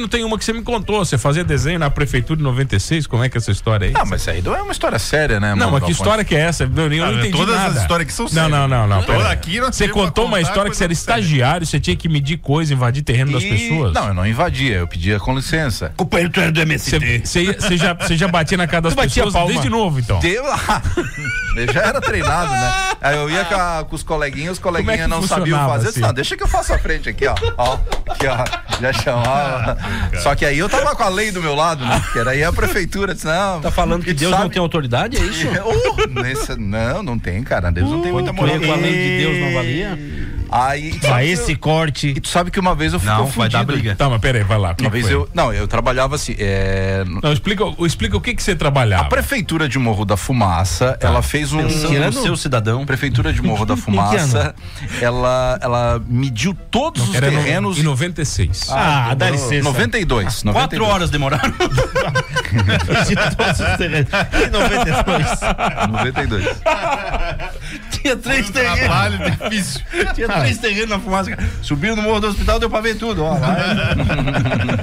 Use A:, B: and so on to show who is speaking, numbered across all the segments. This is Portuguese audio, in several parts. A: Não tem uma que você me contou, você fazia desenho na prefeitura de 96, como é que é essa história aí?
B: Não, mas isso aí é uma história séria, né?
A: Não,
B: mano?
A: mas que história que é essa? Eu nem eu
C: Cara,
A: não entendi
C: todas
A: nada.
C: as histórias que são
A: Não,
C: sérias.
A: não, não, não. pera
C: Toda
A: aí.
C: aqui nós
A: É. Você
C: temos pra
A: contou uma
C: contar
A: história que você era
C: coisa séria.
A: estagiário, você tinha que medir coisa, invadir terreno das
B: E-
A: pessoas.
B: Não, eu não invadia, eu pedia com licença.
D: Companheiro, tu era do MST.
A: Você- Você você já, você já batia na cara das
B: Tu batia
A: pessoas
B: palma?
A: desde novo, então.
B: Deu lá. Eu já era treinado, né? Aí eu ia com, a- com os coleguinhas, os coleguinhas
A: Como é que
B: não sabiam
A: funcionava,
B: fazer. Eu disse,
A: assim?
B: Não, deixa que eu faço a frente aqui, ó. Ó, aqui, ó. Já chamava. Só que aí eu tava com a lei do meu lado, né? Que era aí a prefeitura. Disse, não.
D: Tá falando que
B: porque tu
D: Deus não
B: sabe-
D: tem autoridade, é isso?
B: Uh, nessa- não, não tem, cara. Deus não tem muita
D: Tu
B: moral.
D: ia com a lei de Deus não valia?
B: Aí,
E: A
B: sabe que
E: esse
B: eu-
E: corte.
B: E tu sabe que uma vez eu fui
C: Não,
B: confundido.
C: vai dar briga.
A: Tá, mas pera aí, vai lá.
B: Uma vez
A: Foi.
B: eu. Não, eu trabalhava assim. É,
A: Não, explica, explica o que, que você trabalhava.
B: a prefeitura de Morro da Fumaça,
E: Tá.
B: ela fez um.
E: Pensando no seu cidadão.
B: Prefeitura de Morro da
E: Em que
B: Fumaça, ela, ela mediu todos os
A: Era no-
B: terrenos.
A: em 96.
E: Ah, dá licença.
B: 92. 92.
E: Quatro horas demoraram. Tinha todos os terrenos. Em 92.
B: 92.
E: Tinha três terrenos.
C: um Trabalho difícil.
E: Tinha
B: Tá.
E: três terrenos na fumaça. cara. Subiu no morro do hospital, deu pra ver tudo. Ó, lá.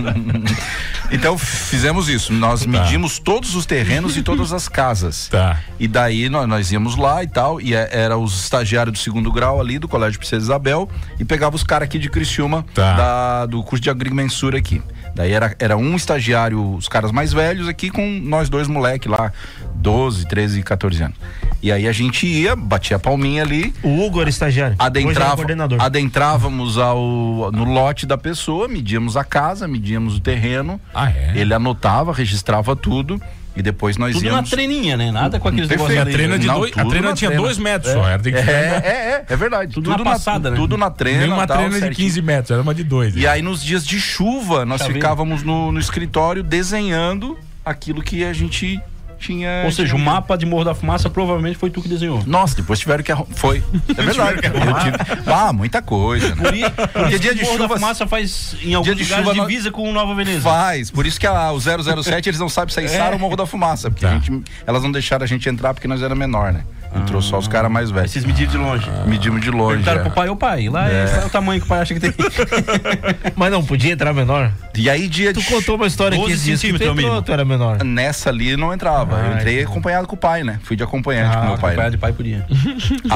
B: Então fizemos isso.
E: Tá.
B: Nós medimos todos os terrenos e todas as casas.
A: Tá.
B: E daí nós, nós íamos lá e tal, e é- era os estagiários do segundo grau ali do Colégio Princesa Isabel, e pegava os caras aqui de Criciúma,
A: Tá.
B: da- do curso de agrimensura aqui. Daí era, era um estagiário, os caras mais velhos aqui, com nós dois moleque lá, 12, 13, 14 anos. E aí a gente ia, batia a palminha ali,
E: O Hugo era estagiário.
D: é
E: Hoje era
B: adentrava,
E: coordenador.
B: adentrávamos ao, no lote da pessoa, medíamos a casa, medíamos o terreno,
A: Ah, é?
B: ele anotava, registrava tudo, e depois nós
D: Tudo na
B: íamos...
D: treininha, né? Nada com aqueles
B: Perfeito.
A: E a
D: negócios ali.
A: treina, de
B: Não,
A: dois, a
B: tudo
A: treina
B: na
A: tinha
B: trena.
A: dois metros só. Era tem que
B: É,
A: ficar-
B: é, é, é verdade. Tudo,
D: na passada, né?
B: Tudo na trena,
A: Nenhuma
B: tal,
A: treina de
B: certinho.
A: 15 metros, era uma de dois.
B: E aí nos dias de chuva, nós ficávamos no, no escritório desenhando aquilo que a gente tinha.
D: Ou seja, o mapa de Morro da Fumaça provavelmente foi tu que desenhou.
B: Nossa, depois tiveram que arrumar. Foi. É verdade. Eu tive- Ah, muita coisa. Né?
D: Porque
B: dia de
D: Morro da
B: chuva-
D: Fumaça faz em alguns
B: Dia de
D: lugares
B: chuva nós-
D: divisa com Nova Veneza.
B: Faz. Por isso É. que a, o 007 eles não sabem se içaram o Morro da Fumaça. Porque a
A: Tá.
B: gente- elas não deixaram a gente entrar porque nós era menor, né? Entrou só os caras mais velhos.
D: Vocês mediram de longe.
B: Medimos de longe.
D: Perguntaram
B: é.
D: pro pai, ô pai, lá é. esse é o tamanho que o pai acha que tem.
E: Mas não podia entrar menor.
B: E aí, dia
E: Tu
B: de
E: contou uma história que
D: 12
E: existe. que tu
D: centímetros,
E: entrou,
D: mínimo.
E: tu era menor.
B: Nessa ali não entrava. eu entrei acompanhado com o pai, né? Fui de acompanhante com meu pai. né?
D: Ah, Acompanhado de Ah, pai podia.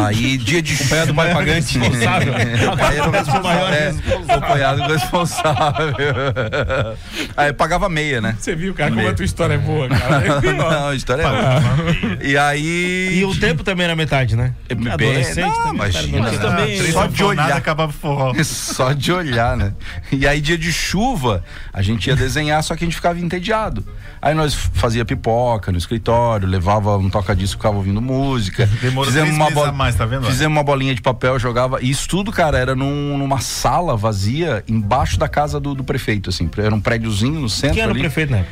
B: Aí, dia de chuva.
D: do pai pagante.
B: o pai era o responsável. É, acompanhado com o responsável. Aí eu pagava meia, né?
A: Você viu, cara, como a tua história é boa, cara. É pior.
B: Não, a história é outra. E aí.
E: E o tempo também era metade, né?
D: É,
B: Bem,
E: adolescente
B: não,
E: também,
B: imagina.
D: Mas
B: né?
D: também-
C: Três
B: Só de
C: sanfonadas,
B: olhar.
C: acabava o forró.
B: Só de olhar, né? E aí, dia de chuva, a gente ia desenhar, só que a gente ficava entediado. Aí nós fazia pipoca no escritório, levava um toca-disco, ficava ouvindo música.
C: Demorou três meses
B: bo-
C: a mais, tá vendo?
B: Fizemos uma bolinha de papel, jogava. E isso tudo, cara, era num- numa sala vazia embaixo da casa do, do prefeito, assim. Era um prédiozinho no centro.
E: Quem era o
B: ali.
E: prefeito, né?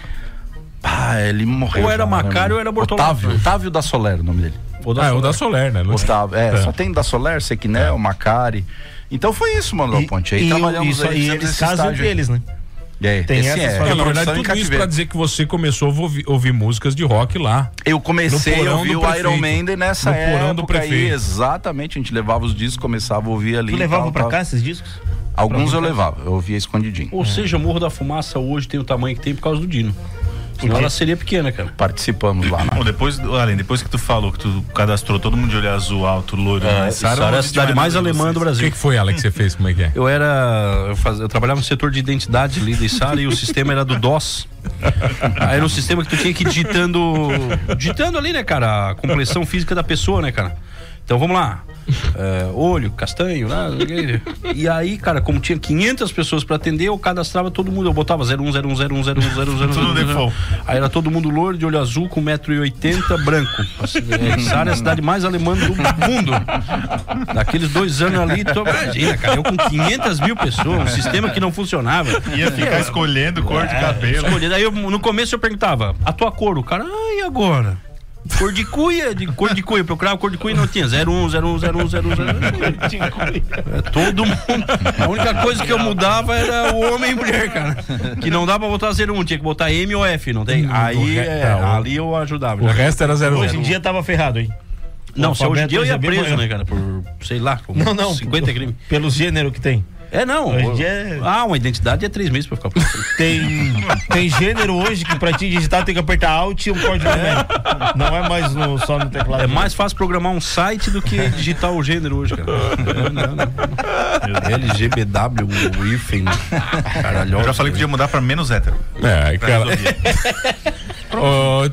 B: Ah, ele morreu.
D: Ou era
B: já, um
D: Macário ou era Bortolotto.
B: Otávio, Otávio da Soler, o nome dele.
D: Vou
A: Ah,
D: dar
A: é
D: só-
A: o da Soler, né? Não-
B: Otávio, é,
A: Tá.
B: só tem da Soler, Sequinel, Macari. Então foi isso, mano, da Ponte. Aí
E: e,
B: trabalhamos
E: isso,
B: aí,
E: e
B: fizemos
E: eles
B: esse
E: casam
B: estágio
E: entre
B: aí.
E: eles, né?
B: É,
E: Tem
B: esse
E: essa
B: é,
E: história.
A: É, na
B: produção
A: verdade,
B: em
A: tudo isso
B: cativeiro.
A: pra dizer que você começou a ouvir, ouvir músicas de rock lá.
B: Eu comecei
A: No porão
B: a ouvir
A: do
B: o Iron
A: prefeito.
B: Maiden nessa
A: No porão
B: época
A: do
B: aí,
A: prefeito.
B: exatamente, a gente levava os discos, começava a ouvir ali.
E: Tu
B: e
E: levava
B: tal,
E: pra
B: tal.
E: cá esses discos?
B: Alguns eu levava, eu ouvia escondidinho.
E: É.
D: Ou seja, Morro da Fumaça hoje tem o tamanho que tem por causa do Dino. Senão ela seria pequena, cara.
B: Participamos lá na...
C: Bom, depois, além, depois que tu falou que tu cadastrou todo mundo de olho azul, alto, loiro,
D: É,
C: né?
D: isso era a cidade mais alemã do
A: O
D: Brasil.
A: que, que foi, Alex, que você fez? Como é que é?
D: Eu era. Eu, faz- eu trabalhava no setor de identidade ali da Isara e o sistema era do DOS. Aí era um sistema que tu tinha que ir digitando. Digitando ali, né, cara? A compleção física da pessoa, né, cara? Então vamos lá. É, olho, castanho, lá, não sei o quê. e aí, cara, como tinha 500 pessoas pra atender, eu cadastrava todo mundo. Eu botava 0101010101.
C: Tudo default.
D: Aí era todo mundo loiro, de olho azul, com 1,80m, branco. É, Sara é a cidade mais alemã do mundo. Daqueles dois anos ali, tô... imagina, cara, eu com 500 mil pessoas, um sistema que não funcionava.
C: Ia ficar escolhendo cor de cabelo.
D: Escolhi, daí eu, no começo eu perguntava, a tua cor, o cara, ah, e agora? Cor de cuia, de cor de cuia, eu procurava cor de cuia e não tinha, 01, 01, 01, 01, É, Todo mundo, a única coisa que eu mudava era o homem e mulher, cara, que não dá pra botar 01, tinha que botar M ou F, não tem? Aí,
A: re-
D: é,
A: tá, o-
D: ali eu ajudava.
A: O
D: já.
A: resto era zero.
E: Hoje em dia tava ferrado, hein?
D: Não, se hoje em
E: alfabeto
D: dia eu ia
E: hoje é bem
D: preso,
E: maior.
D: né, cara, por, sei lá, por
E: Não, não.
D: 50
E: por-
D: crimes.
E: Pelo gênero que tem.
B: É, não.
D: Hoje em dia é-
B: Ah, uma identidade é três meses pra ficar pronto.
D: Tem, tem gênero hoje que pra te digitar tem que apertar Alt e um código numérico. Não é mais no- só no teclado.
B: É mais fácil programar um site do que digitar o gênero hoje, cara. LGBW, hífen. Caralho.
C: Eu já falei que podia mudar pra menos hétero.
A: É, cara. É, Ô,